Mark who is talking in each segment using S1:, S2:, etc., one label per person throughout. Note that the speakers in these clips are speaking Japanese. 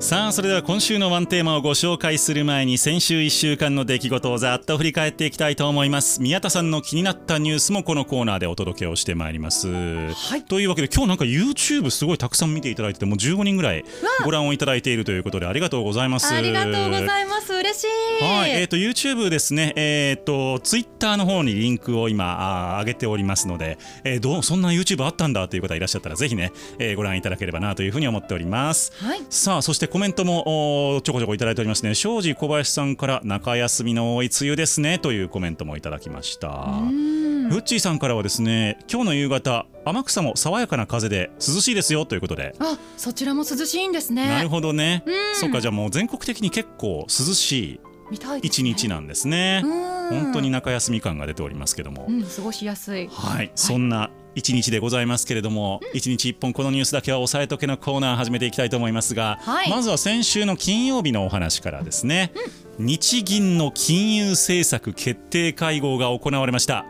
S1: さあそれでは今週のワンテーマをご紹介する前に先週1週間の出来事をざっと振り返っていきたいと思います宮田さんの気になったニュースもこのコーナーでお届けをしてまいります、
S2: はい
S1: というわけで今日なんか YouTube すごいたくさん見ていただいててもう15人ぐらいご覧をいただいているということでありがとうございます
S2: ありがとうございます。嬉しい。
S1: はい、えっ、と YouTube ですね、えっ、と Twitter の方にリンクを今あー上げておりますので、えーどうそんな YouTube あったんだという方いらっしゃったらぜひね、えーご覧いただければなというふうに思っております。
S2: はい
S1: さあそしてコメントもおーちょこちょこいただいておりますね。庄司小林さんから中休みの多い梅雨ですねというコメントもいただきました。フッチーさんからはですね今日の夕方天草も爽やかな風で涼しいですよということで
S2: あ、そちらも涼しいんですね。
S1: なるほどね、
S2: うん
S1: そっかじゃあもう全国的に結構涼しい
S2: 見たいです
S1: 一
S2: ね
S1: 日なんですね。
S2: うん
S1: 本当に中休み感が出ておりますけども、
S2: うん、過ごしやすい。
S1: はい、そんな一日でございますけれども、一日一本このニュースだけは押さえとけのコーナー始めていきたいと思いますが、
S2: はい
S1: まずは先週の金曜日のお話からですね、日銀の金融政策決定会合が行われました。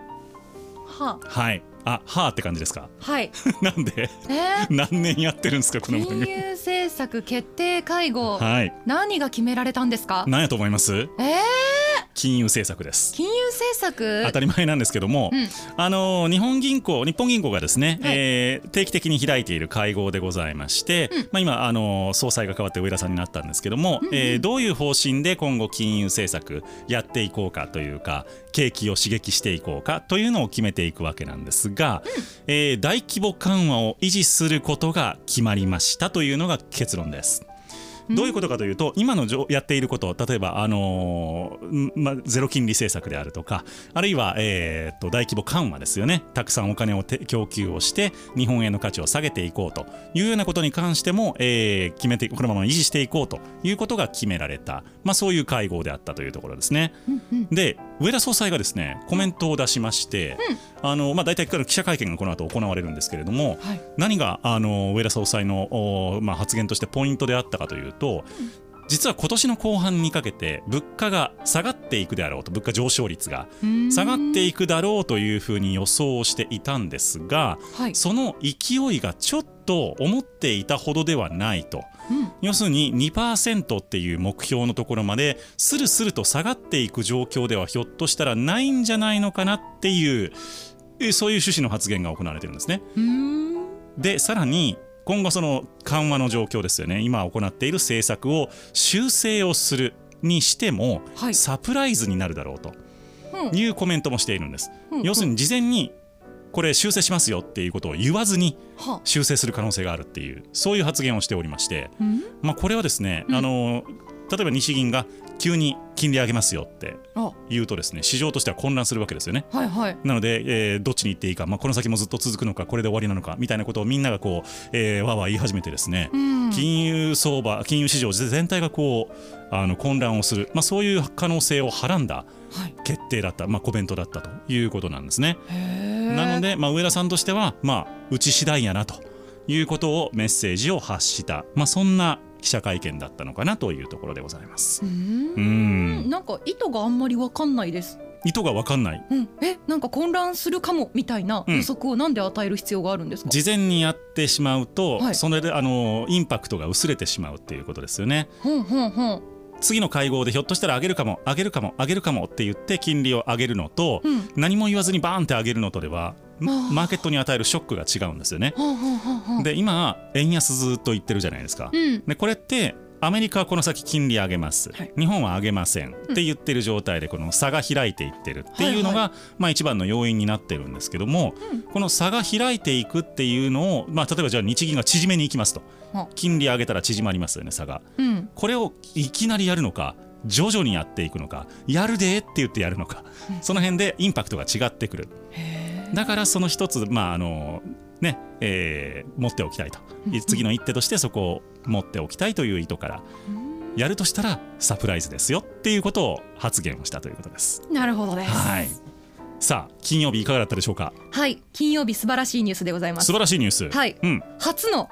S2: はあ、
S1: はい、あ、はあって感じですか。
S2: はい。
S1: なんで
S2: えー、
S1: 何年やってるんですかこの番
S2: 金
S1: 組。
S2: 融政策決定会合、
S1: はい、
S2: 何が決められたんですか。
S1: 何やと思います？
S2: えー、
S1: 金融政策です。
S2: 金融政策
S1: 当。たり前なんですけども、
S2: うん
S1: あの日本銀行日本銀行がですね、
S2: はい
S1: えー定期的に開いている会合でございまして、まあ、今あの総裁が変わって上田さんになったんですけども、えーどういう方針で今後金融政策やっていこうかというか景気を刺激していこうかというのを決めていくわけなんですが、えー大規模緩和を維持することが決まりましたというのが結論です。どういうことかというと、今のじょやっていること、例えば、あのーんまあ、ゼロ金利政策であるとか、あるいは、えーっと大規模緩和ですよね、たくさんお金をて供給をして、日本円の価値を下げていこうというようなことに関しても、えー決めてこのまま維持していこうということが決められた、まあ、そういう会合であったというところですね。で、上田総裁がですねコメントを出しまして、あのまあ、大体記者会見がこの後行われるんですけれども、
S2: はい
S1: 何があの上田総裁の、おまあ、発言としてポイントであったかというと、実は今年の後半にかけて物価が下がっていくであろうと物価上昇率が
S2: ん
S1: 下がっていくだろうというふうに予想をしていたんですが、
S2: はい
S1: その勢いがちょっと思っていたほどではないと。
S2: うん
S1: 要するに2%っていう目標のところまでスルスルと下がっていく状況ではひょっとしたらないんじゃないのかなっていうえそういう趣旨の発言が行われてるんですね。
S2: うーん。
S1: でさらに今後その緩和の状況ですよね今行っている政策を修正をするにしても、
S2: はい
S1: サプライズになるだろうと
S2: うん
S1: いうコメントもしているんです、
S2: うん
S1: 要するに事前にこれ修正しますよっていうことを言わずに
S2: は
S1: 修正する可能性があるっていうそういう発言をしておりまして、
S2: あ。うん。
S1: まあ、これはですね、あの例えば日銀が急に金利上げますよって
S2: あ、
S1: 言うとですね市場としては混乱するわけですよね。
S2: はいはい。
S1: なので、えーどっちに行っていいか、まあ、この先もずっと続くのか、これで終わりなのかみたいなことをみんながこう、えーわーわー言い始めて、ですね、
S2: うん。
S1: 金融相場、金融市場全体がこうあの混乱をする、まあ、そういう可能性をはらんだ
S2: はい。
S1: 決定だった、まあ、コメントだったということなんですね。
S2: へー
S1: なの。で、まあ、上田さんとしては、まあ、打ち次第やなということをメッセージを発した、まあ、そんな記者会見だったのかなというところでございます
S2: う。ん
S1: う。ん
S2: なんか意図があんまりわかんないです。
S1: 意図が分かんない
S2: うん、え、なんか混乱するかもみたいな
S1: うん
S2: 予測をなんで与える必要があるんですか。
S1: 事前にやってしまうと、
S2: はい
S1: それであのインパクトが薄れてしまうっていうことですよね
S2: ほんほんほん。
S1: 次の会合でひょっとしたら上げるかも上げるかも上げるかもって言って金利を上げるのと、
S2: うん
S1: 何も言わずにバーンって上げるのとでは
S2: ー
S1: マーケットに与えるショックが違うんですよね
S2: ほんほんほんほん。
S1: で今円安ずっと言ってるじゃないですか、
S2: うん。
S1: でこれってアメリカはこの先金利上げます、
S2: はい
S1: 日本は上げませんって言ってる状態でこの差が開いていってるっていうのが、
S2: は
S1: まあ、一番の要因になってるんですけども、
S2: うん
S1: この差が開いていくっていうのを、まあ、例えばじゃあ日銀が縮めに行きますと
S2: は
S1: 金利上げたら縮まりますよね差が
S2: うん。
S1: これをいきなりやるのか徐々にやっていくのかやるでって言ってやるのか、その辺でインパクトが違ってくる
S2: へ
S1: だからその一つ、まああのねえー持っておきたいと次の一手としてそこを持っておきたいという意図からやるとしたらサプライズですよっていうことを発言をしたということです。
S2: ーなるほどです。
S1: はい、さあ金曜日いかがだったでしょうか
S2: はい。金曜日素晴らしいニュースでございます
S1: 素。晴らしいニュース、
S2: はい
S1: うん、
S2: 初の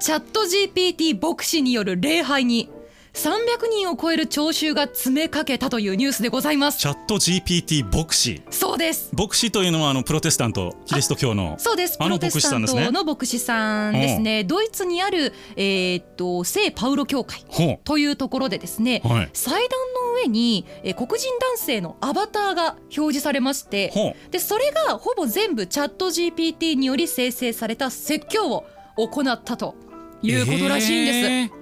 S2: チャット GPT 牧師による礼拝に300人を超える聴衆が詰めかけたというニュースでございます
S1: チャット GPT 牧師
S2: そうです
S1: 牧師というのはあのプロテスタントキリスト教の
S2: そうです
S1: あ
S2: プ
S1: の
S2: ロテ
S1: 牧師さ
S2: スタ
S1: ん
S2: ン
S1: です
S2: ト
S1: ね
S2: の牧師さんですねドイツにある、えーっと聖パウロ教会
S1: ほ
S2: というところでですね、
S1: うはい
S2: 祭壇の上に、えー黒人男性のアバターが表示されまして
S1: ほう
S2: でそれがほぼ全部チャット GPT により生成された説教を行ったということらしいんです、
S1: えー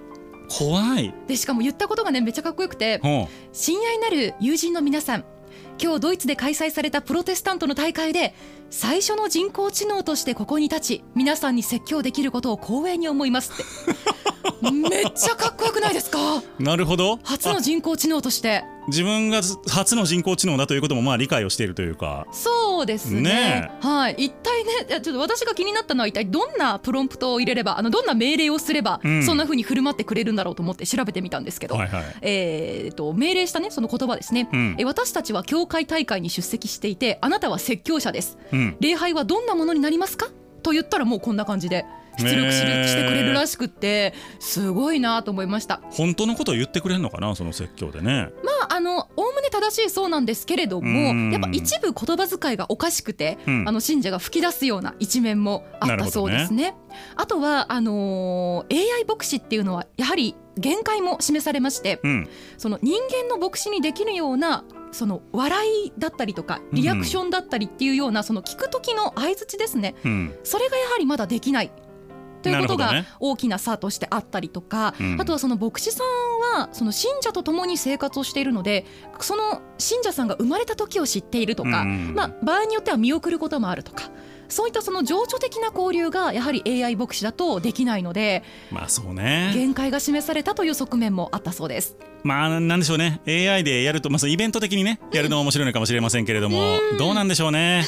S1: 怖い
S2: でしかも言ったことがねめちゃかっこよくて
S1: ほ
S2: 親愛なる友人の皆さん今日ドイツで開催されたプロテスタントの大会で最初の人工知能としてここに立ち皆さんに説教できることを光栄に思いますっ てめっちゃかっこよくないですか
S1: うなるほど
S2: 初の
S1: あ
S2: 人工知能として
S1: 自分がず初の人工知能だということもまあ理解をしているというか
S2: そうですね
S1: ね
S2: はい一体ねいやちょっと私が気になったのは一体どんなプロンプトを入れればあのどんな命令をすれば、
S1: うん
S2: そんな風に振る舞ってくれるんだろうと思って調べてみたんですけど、
S1: はいはい
S2: えー、と命令したねその言葉ですね、
S1: うん
S2: え私たちは教会大会に出席していてあなたは説教者です
S1: うん
S2: 礼拝はどんなものになりますかと言ったらもうこんな感じで出力し,、
S1: ねえ
S2: してくれるらしくってすごいなと思いました
S1: 本当のことを言ってくれるのかなその説教でね
S2: まああのおおむね正しいそうなんですけれども
S1: うん
S2: やっぱ一部言葉遣いがおかしくて、
S1: うん
S2: あの信者が吹き出すような一面もあったそうですね。あとはあのー AI 牧師っていうのはやはり限界も示されまして、
S1: うん
S2: その人間の牧師にできるようなその笑いだったりとかリアクションだったりっていうような、その聞く時の相槌ですね
S1: うん
S2: それがやはりまだできないという
S1: な
S2: こと
S1: るほど
S2: が
S1: ね
S2: 大きな差としてあったりとか、
S1: うん
S2: あとはその牧師さんはその信者と共に生活をしているのでその信者さんが生まれた時を知っているとか、
S1: うん
S2: まあ、場合によっては見送ることもあるとか。そういったその情緒的な交流がやはり AI 牧師だとできないので
S1: まあそうね
S2: 限界が示されたという側面もあったそうです。
S1: まあなんでしょうね AI でやるとまずイベント的にねやるのは面白いのかもしれませんけれどもどうなんでしょうね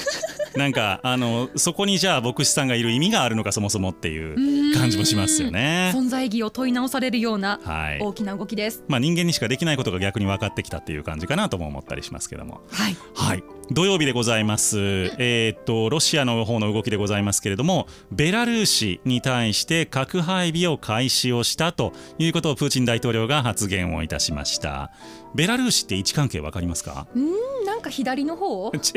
S1: なんかあのそこにじゃあ牧師さんがいる意味があるのかそもそもっていう感じもしますよね
S2: 存在意義を問い直されるような
S1: はい
S2: 大きな動きです。
S1: まあ人間にしかできないことが逆に分かってきたっていう感じかなとも思ったりしますけども
S2: はい。
S1: はい、土曜日でございます、えーっとロシアの方の動きでございますけれどもベラルーシに対して核配備を開始をしたということをプーチン大統領が発言をいたしましたベラルーシって位置関係わかりますか
S2: うん、なんか左 の方
S1: ち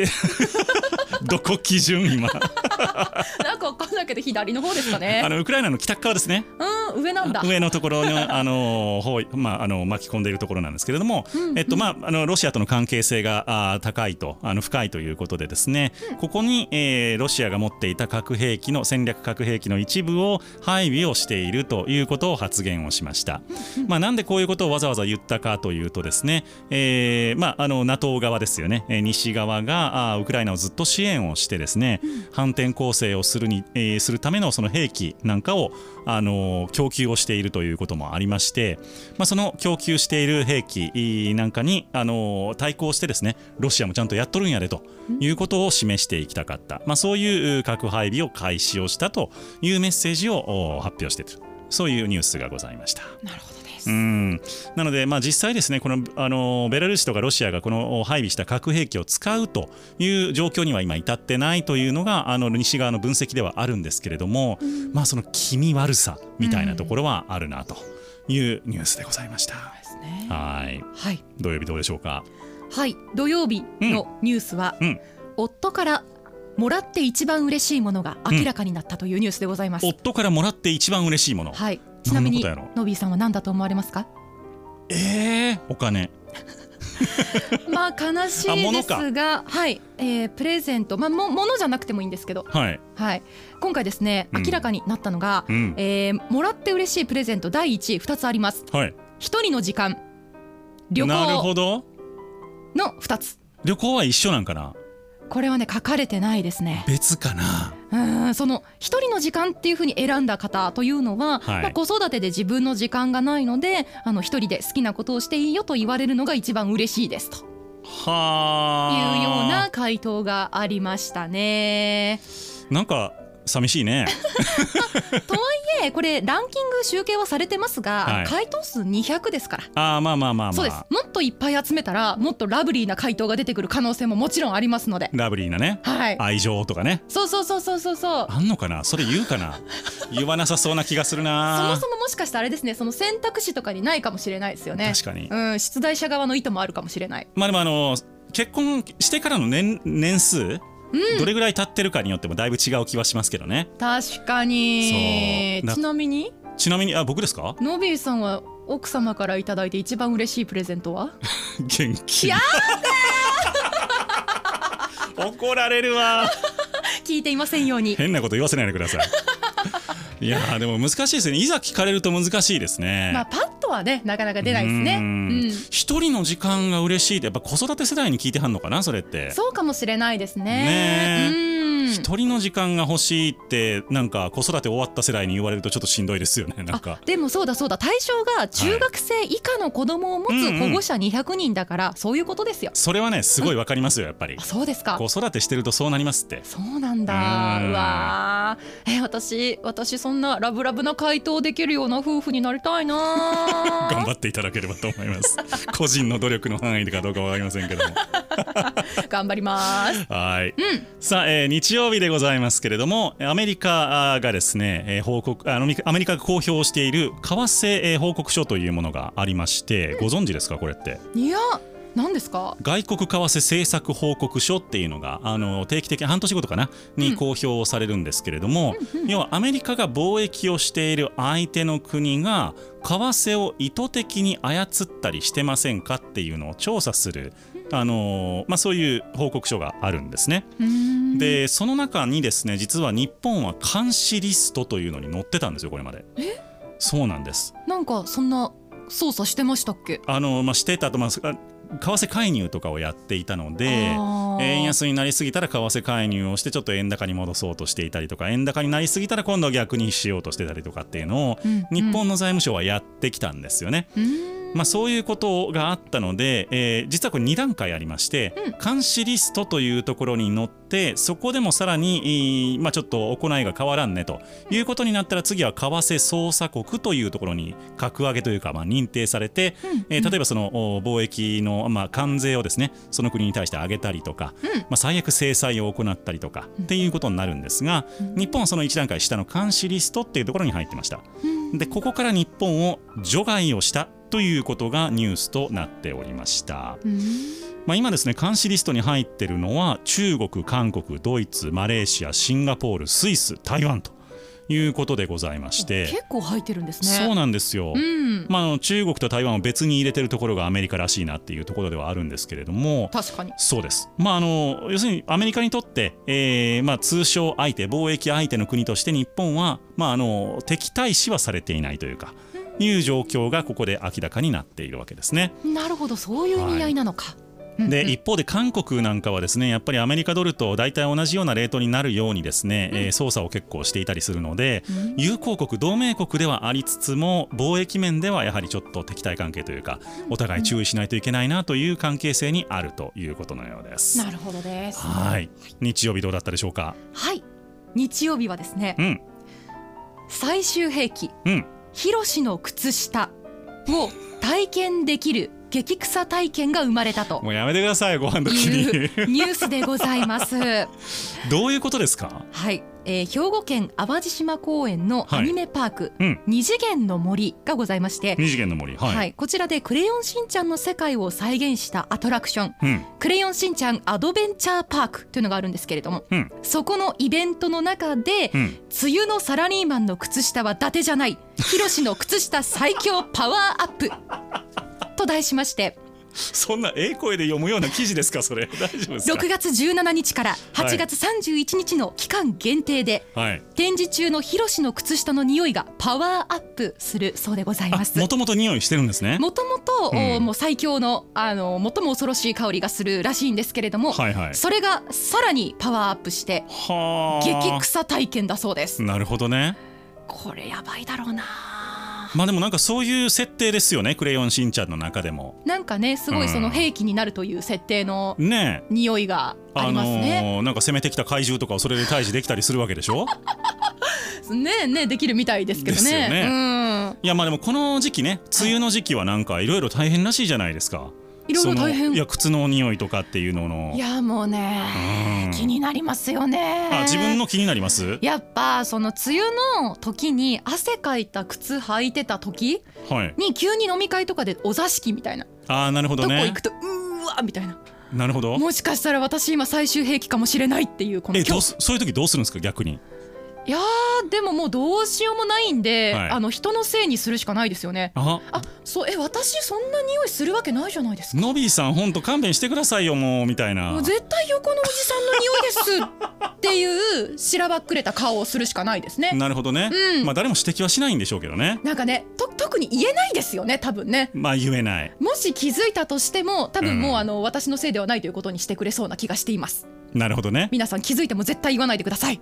S1: どこ基準今
S2: なんかわかんないけど左の方ですか
S1: あ
S2: ね。
S1: のウクライナの北側ですね
S2: うん、上なんだ。
S1: 上のところ のあの方まああの巻き込んでいるところなんですけれども、えっとまああのロシアとの関係性があー高いとあの深いということでですね、ここに、えーロシアが持っていた核兵器の戦略核兵器の一部を配備をしているということを発言をしました。まあなんでこういうことをわざわざ言ったかというとですね、えーまああの NATO 側ですよね、えー西側があーウクライナをずっと支援をしてですね、反転攻勢をするに、えーするためのその兵器なんかをあのー供給をしているということもありまして、まあその供給している兵器えーなんかにあのー対抗してですね、ロシアもちゃんとやっとるんやでということを示していきたかった。まあそういうう核配備を開始をしたというメッセージをお発表している。そういうニュースがございました。
S2: なるほどです
S1: う。んなので、まあ、実際ですねこのあのベラルーシとかロシアがこの配備した核兵器を使うという状況には今至ってないというのがあの西側の分析ではあるんですけれども、まあその気味悪さみたいなところはあるなというニュースでございました。
S2: ですね。
S1: はい
S2: はい。
S1: 土曜日どうでしょうか。
S2: はい。土曜日のニュースは、
S1: うん
S2: 夫からもらって一番嬉しいものが明らかになったというニュースでございます。
S1: 夫からもらって一番嬉しいもの。
S2: はい。ちなみ
S1: 何のこ
S2: に
S1: とやろ
S2: ノビーさんは何だと思われますか？
S1: えー、お金。
S2: まあ悲し
S1: あ
S2: いで
S1: 物か
S2: すが、はい、えープレゼント、まあも物じゃなくてもいいんですけど、
S1: はい。
S2: はい、今回ですね
S1: うん
S2: 明らかになったのが、
S1: うん。
S2: えーもらって嬉しいプレゼント第1位2つあります
S1: はい。
S2: 一人の時間旅
S1: なるほ
S2: 行
S1: ど。
S2: の2つ
S1: 旅行は一緒なんかな。
S2: これはね書かれてないですね
S1: 別かな。
S2: うーんその一人の時間っていうふうに選んだ方というのは、
S1: はい
S2: まあ、子育てで自分の時間がないのであの一人で好きなことをしていいよと言われるのが一番嬉しいですというよう
S1: はあ。
S2: な回答がありましたね
S1: なんか寂しい ね
S2: でこれランキング集計はされてますが、
S1: はい
S2: 回答数200ですから、
S1: ああまあまあまあ
S2: そ
S1: ま
S2: うです
S1: あ
S2: もっといっぱい集めたらもっとラブリーな回答が出てくる可能性ももちろんありますので
S1: ラブリーなね
S2: はい
S1: 愛情とかね
S2: そうそうそうそうそうそう
S1: あんのかなそれ言うかな言わなさそうな気がする
S2: そも
S1: な
S2: そももしかしたらあれですねその選択肢とかにないかもしれないですよね
S1: 確かに
S2: うん出題者側の意図もあるかもしれない
S1: まあでもあの結婚してからの年年数、どれぐらい経ってるかによってもだいぶ違う気はしますけどね
S2: 確かに
S1: そうな
S2: ちなみに
S1: ちなみにあ僕ですか
S2: ノビーさんは奥様からいただいて一番嬉しいプレゼントは
S1: 元気 怒られるわ
S2: 聞いていませんように
S1: 変なこと言わせないでくださいいやーでも難しいですねいざ聞かれると難しいですね、
S2: まあパッとはねなかなか出ないですね
S1: う
S2: うんん
S1: 一人の時間が嬉しいってやっぱ子育て世代に聞いてはんのかなそれって
S2: そうかもしれないです
S1: ね
S2: ね
S1: え
S2: うん
S1: 一人の時間が欲しいってなんか子育て終わった世代に言われるとちょっとしんどいですよねなん
S2: あ
S1: か
S2: でもそうだそうだ対象が中学生以下の子供を持つ保護者200人だから、そういうことですよ
S1: それはねすごいわかりますよやっぱり
S2: あそうですか
S1: 子育てしてるとそうなりますって
S2: そうなんだ
S1: うん
S2: うわーえ私私そんなラブラブな回答できるような夫婦になりたいな
S1: 頑張っていただければと思います 個人の努力の範囲でかどうかわかりませんけども
S2: 頑張り ます
S1: はい、さあ、えー日曜日でございますけれどもアメリカあーがですね、えー報告あアメリカアメリカが公表している為替、えー報告書というものがありまして、ご存知ですかこれって
S2: いや何ですか
S1: 外国為替政策報告書っていうのがあの定期的に半年ごとかなに公表をされるんですけれども、要はアメリカが貿易をしている相手の国が為替を意図的に操ったりしてませんかっていうのを調査する、あのまあ、そういう報告書があるんですね。
S2: うーん
S1: でその中にですね実は日本は監視リストというのに載ってたんですよこれまで。そうなんです
S2: なんかそんな操作してましたっけ
S1: あの、まあ、してたと、まあ、すあ為替介入とかをやっていたので
S2: あー
S1: 円安になりすぎたら為替介入をしてちょっと円高に戻そうとしていたりとか円高になりすぎたら今度は逆にしようとしてたりとかっていうのを
S2: うん
S1: 日本の財務省はやってきたんですよね。
S2: うーん
S1: まあ、そういうことがあったので、えー実はこれ2段階ありまして、監視リストというところに載ってそこでもさらに、えーまあ、ちょっと行いが変わらんねということになったら次は為替捜査国というところに格上げというか、まあ、認定されて、えー例えばそのお貿易の、まあ、関税をですねその国に対して上げたりとか、まあ、最悪制裁を行ったりとかっていうことになるんですが、日本はその1段階下の監視リストっていうところに入ってました。でここから日本を除外をしたということがニュースとなっておりました、
S2: うーん
S1: まあ、今ですね監視リストに入ってるのは中国韓国ドイツマレーシアシンガポールスイス台湾ということでございまして、
S2: 結構入ってるんですね
S1: そうなんですよ、
S2: うん
S1: まあ、あの中国と台湾を別に入れてるところがアメリカらしいなっていうところではあるんですけれども
S2: 確かに
S1: そうです、まあ、あの要するにアメリカにとって、えーまあ、通商相手貿易相手の国として日本は、まあ、あの敵対視はされていないというかいう状況がここで明らかになっているわけですね。
S2: なるほどそういう意味合いなのか、うんうん
S1: で一方で韓国なんかはですねやっぱりアメリカドルと大体同じようなレートになるようにですね、えー操作を結構していたりするので、友好国同盟国ではありつつも貿易面ではやはりちょっと敵対関係というかお互い注意しないといけないなという関係性にあるということのようです。
S2: なるほどです
S1: はい、日曜日どうだったでしょうか。
S2: はい日曜日はですね
S1: うん、
S2: 最終兵器
S1: うん、
S2: ヒロシの靴下を体験できる激草体験が生まれたと
S1: もうやめてください、ご飯の時
S2: いう
S1: に。
S2: ニュースでございます。
S1: どういうことですか。
S2: はい、えー兵庫県淡路島公園の
S1: はい
S2: アニメパーク、
S1: うん
S2: 二次元の森がございまして、
S1: 二次元の森、はい、
S2: はい、こちらでクレヨンしんちゃんの世界を再現したアトラクション、
S1: うん、
S2: クレヨンしんちゃんアドベンチャーパークというのがあるんですけれども、
S1: うん、
S2: そこのイベントの中で、
S1: うん。
S2: 梅雨のサラリーマンの靴下は伊達じゃないヒロシの靴下最強パワーアップ と題しまして
S1: そんなええ声で読むような記事ですか、それ。 大丈夫ですか
S2: 6。月17日から8月31日の期間限定で、
S1: はい。
S2: 展示中のヒロシの靴下の匂いがパワーアップするそうでございます
S1: もともと匂いしてるんですね。
S2: もともと、
S1: うん
S2: おもう最強のあの最も恐ろしい香りがするらしいんですけれども、
S1: はいはい。
S2: それがさらにパワーアップして
S1: はあ。
S2: 激臭体験だそうです
S1: なるほどね。
S2: これやばいだろうな
S1: まあでもなんかそういう設定ですよね「クレヨンしんちゃん」の中でも。
S2: なんかねすごいその兵器になるという設定の
S1: ねえ
S2: 匂いがありますね。
S1: のーなんか攻めてきた怪獣とかをそれで退治できたりするわけでしょ
S2: ねえねえできるみたいですけど
S1: ですよ
S2: ね。
S1: ね
S2: うん
S1: いやまあでもこの時期ね梅雨の時期はなんかいろいろ大変らしいじゃないですか
S2: いろいろ大
S1: そ
S2: 変。
S1: のい
S2: い
S1: や靴の匂いとかっていうのの
S2: やもうね、
S1: うん
S2: 気になりますよね。
S1: あ自分の気になります
S2: やっぱその梅雨の時に汗かいた靴履いてた時
S1: はい
S2: に急に飲み会とかでお座敷みたいな、
S1: あーなるほ
S2: ど
S1: ど
S2: こ
S1: ね
S2: 行くとうーわみたいな
S1: なるほど
S2: もしかしたら私今最終兵器かもしれないっていうこの
S1: え
S2: 恐
S1: どう
S2: 怖
S1: すそういう時どうするんですか逆に
S2: いやーでももうどうしようもないんで、
S1: はい
S2: あの人のせいにするしかないですよね
S1: あ
S2: あそうえ私そんな匂いするわけないじゃないですか
S1: ノビーさんほんと勘弁してくださいよもうみたいな
S2: もう絶対横のおじさんの匂いですっていうしらばっくれた顔をするしかないですね
S1: なるほどね、
S2: うん
S1: まあ誰も指摘はしないんでしょうけどね
S2: なんかねと特に言えないですよね多分ね
S1: まあ言えない
S2: もし気づいたとしても多分もう、
S1: うん
S2: あの私のせいではないということにしてくれそうな気がしています
S1: なるほどね
S2: 皆さん気づいても絶対言わないでください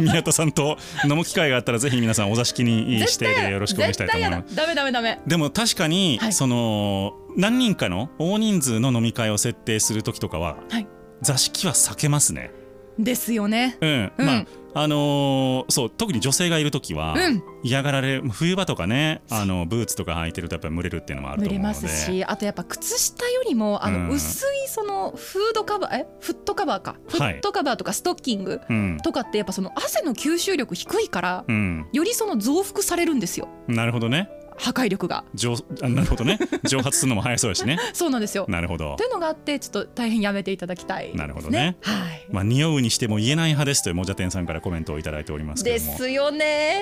S1: 宮田さんと飲む機会があったらぜひ皆さんお座敷にしてでよろしくお願いしたいと思います
S2: 絶対やだダメダメダメ
S1: でも確かに、
S2: はい
S1: その何人かの大人数の飲み会を設定する時とかは、
S2: はい
S1: 座敷は避けますね。
S2: ですよね
S1: うん、
S2: うん
S1: まああのーそう特に女性がいる時は、
S2: うん
S1: 嫌がられ冬場とかねあのブーツとか履いてるとやっぱり蒸れるっていうのもある
S2: 濡
S1: と思
S2: れ
S1: うの
S2: ま
S1: です
S2: しあとやっぱ靴下よりもあ
S1: うん
S2: の薄いそのフードカバーえフットカバーかフットカバーとかストッキング
S1: うん、
S2: とかってやっぱその汗の吸収力低いから
S1: うん、
S2: よりその増幅されるんですよ
S1: なるほどね
S2: 破壊力が
S1: 蒸あなるほどね 蒸発するのも早そうだしね
S2: そうなんですよ
S1: なるほど
S2: と。いうのがあってちょっと大変やめていただきたいですね
S1: なるほどね
S2: はい
S1: まあ匂うにしても言えない派ですというもじゃ天さんからコメントをいただいておりますけ
S2: で
S1: ども。
S2: すよね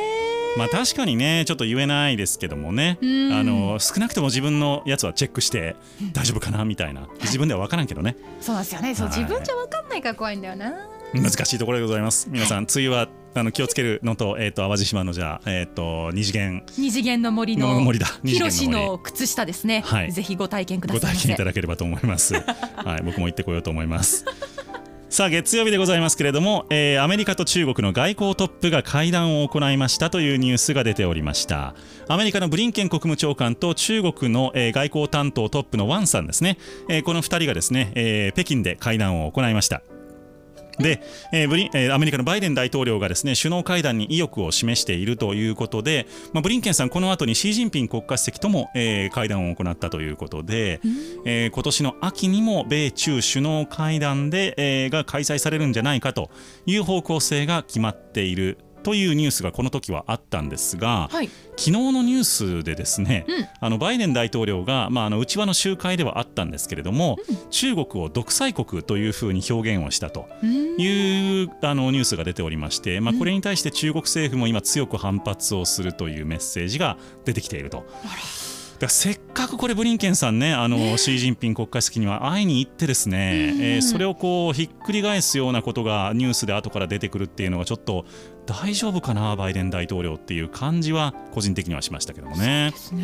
S1: まあ確かにねちょっと言えないですけどもね
S2: うん
S1: あの少なくとも自分のやつはチェックして大丈夫かなみたいな自分では分からんけどね
S2: そうなんですよねそう
S1: はい
S2: 自分じゃわかんないから怖いんだよな
S1: 難しいところでございます皆さん梅雨はあの気をつけるのと,、えー、と淡路島のじゃあ、えー、と二次元
S2: 二次元の森
S1: の
S2: の
S1: 森だ二次
S2: ヒロシ
S1: 元の森
S2: の靴下ですね、
S1: はい
S2: ぜひご体験くだ
S1: ご
S2: さ
S1: 体
S2: いま
S1: 験いた
S2: せ
S1: だければと思います、はい、僕も行ってこようと思いますさあ月曜日でございますけれども、えーアメリカと中国の外交トップが会談を行いましたというニュースが出ておりましたアメリカのブリンケン国務長官と中国の、えー外交担当トップのワンさんですね、えーこの2人がですね、えー北京で会談を行いましたで、えーブリンえーアメリカのバイデン大統領がですね首脳会談に意欲を示しているということで、まあ、ブリンケンさん、この後にシー・ジンピン国家主席とも、えー会談を行ったということで、えー今年の秋にも米中首脳会談で、えーが開催されるんじゃないかという方向性が決まっている。というニュースがこの時はあったんですが、
S2: はい
S1: 昨日のニュースでですね、
S2: うん
S1: あのバイデン大統領が、まあ、あの内輪の集会ではあったんですけれども、中国を独裁国というふうに表現をしたと
S2: うん
S1: いうあのニュースが出ておりまして、まあ、これに対して中国政府も今強く反発をするというメッセージが出てきていると。だからせっかくこれブリンケンさんねあのシー・ジンピン国家主席には会いに行ってですね、
S2: うん
S1: えーそれをこうひっくり返すようなことがニュースで後から出てくるっていうのがちょっと大丈夫かなバイデン大統領っていう感じは個人的にはしましたけどもね。
S2: ね
S1: うん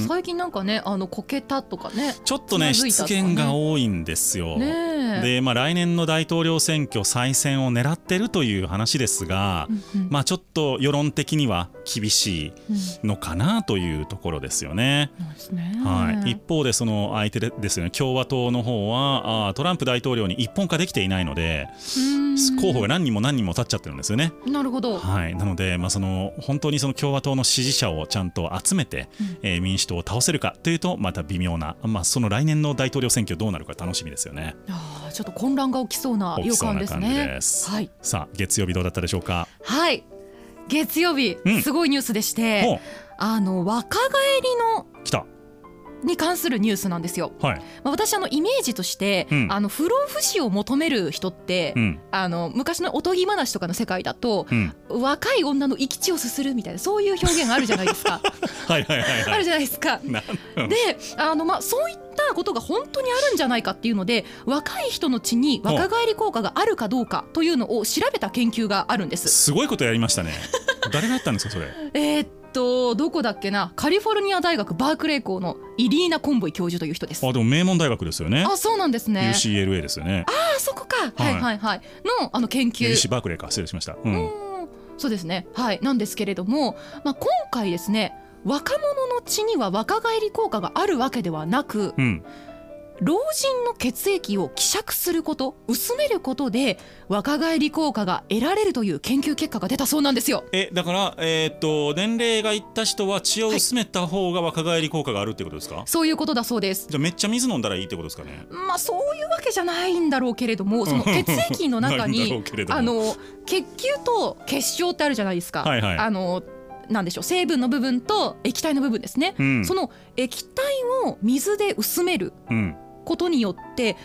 S2: え最近なんかねあのこけたとかね
S1: ちょっとね
S2: つまずい
S1: 失
S2: たとかね
S1: 言が多いんですよ。
S2: ねえ
S1: で、まあ、来年の大統領選挙再選を狙ってるという話ですが、
S2: うんうん
S1: まあ、ちょっと世論的には厳し
S2: うん
S1: いのかなというところですよね。
S2: そうですね
S1: はい、一方で、その相手でですよね共和党の方はあートランプ大統領に一本化できていないので
S2: うん
S1: 候補が何人も何人も立っちゃってるんですよね。
S2: なるほど
S1: はい、なので、まあ、その本当にその共和党の支持者をちゃんと集めて、えー民主党を倒せるかというとまた微妙な、まあ、その来年の大統領選挙どうなるか楽しみですよね。
S2: あーちょっと混乱が起きそうな
S1: 起
S2: 予
S1: きそう
S2: 感
S1: な
S2: です
S1: 感じ
S2: ね
S1: です。
S2: はい
S1: さあ月曜日どうだったでしょうか。
S2: はい月曜日
S1: うん
S2: すごいニュースでして、
S1: お
S2: あの若返りの
S1: 来た。
S2: に関するニュースなんですよ。
S1: はい。
S2: まあ、私あのイメージとして、
S1: うん
S2: あの不老不死を求める人って、
S1: うん
S2: あの昔のおとぎ話とかの世界だと、
S1: うん。
S2: 若い女の生き血をすするみたいなそういう表現があるじゃないで すか
S1: はいはいはい
S2: あ
S1: は
S2: る
S1: い。
S2: じゃないですか。
S1: な
S2: であの、まあ、そういったことが本当にあるんじゃないかっていうので若い人の血に若返り効果があるかどうかというのを調べた研究があるんで す。
S1: すごいことやりましたね。誰がやったんですか それ。
S2: えーっとどこだっけなカリフォルニア大学バークレー校のイリーナ・コンボイ教授という人です。
S1: あでも名門大学ですよね。
S2: あそうなんですね。
S1: UCLA ですよね。
S2: あそこか、
S1: は
S2: はいいはいはいのあの研究
S1: UC バークレーか失礼しました。うん。
S2: うんそうですねはいなんですけれども、まあ、今回ですね若者の血には若返り効果があるわけではなく
S1: うん、
S2: 老人の血液を希釈すること薄めることで若返り効果が得られるという研究結果が出たそうなんですよ
S1: えだから、えーっと年齢がいった人は血を薄めた方が若返り効果があるってことですか、
S2: そういうことだそうです
S1: じゃあめっちゃ水飲んだらいいってことですかね
S2: まあそういうわけじゃないんだろうけれどもその血液の中
S1: ないんだろ
S2: に
S1: うけれども
S2: あの血球と結晶ってあるじゃないですか、
S1: はいはい
S2: あのなんでしょう成分の部分と液体の部分ですね、
S1: うん
S2: その液体を水で薄める
S1: うん
S2: ことによって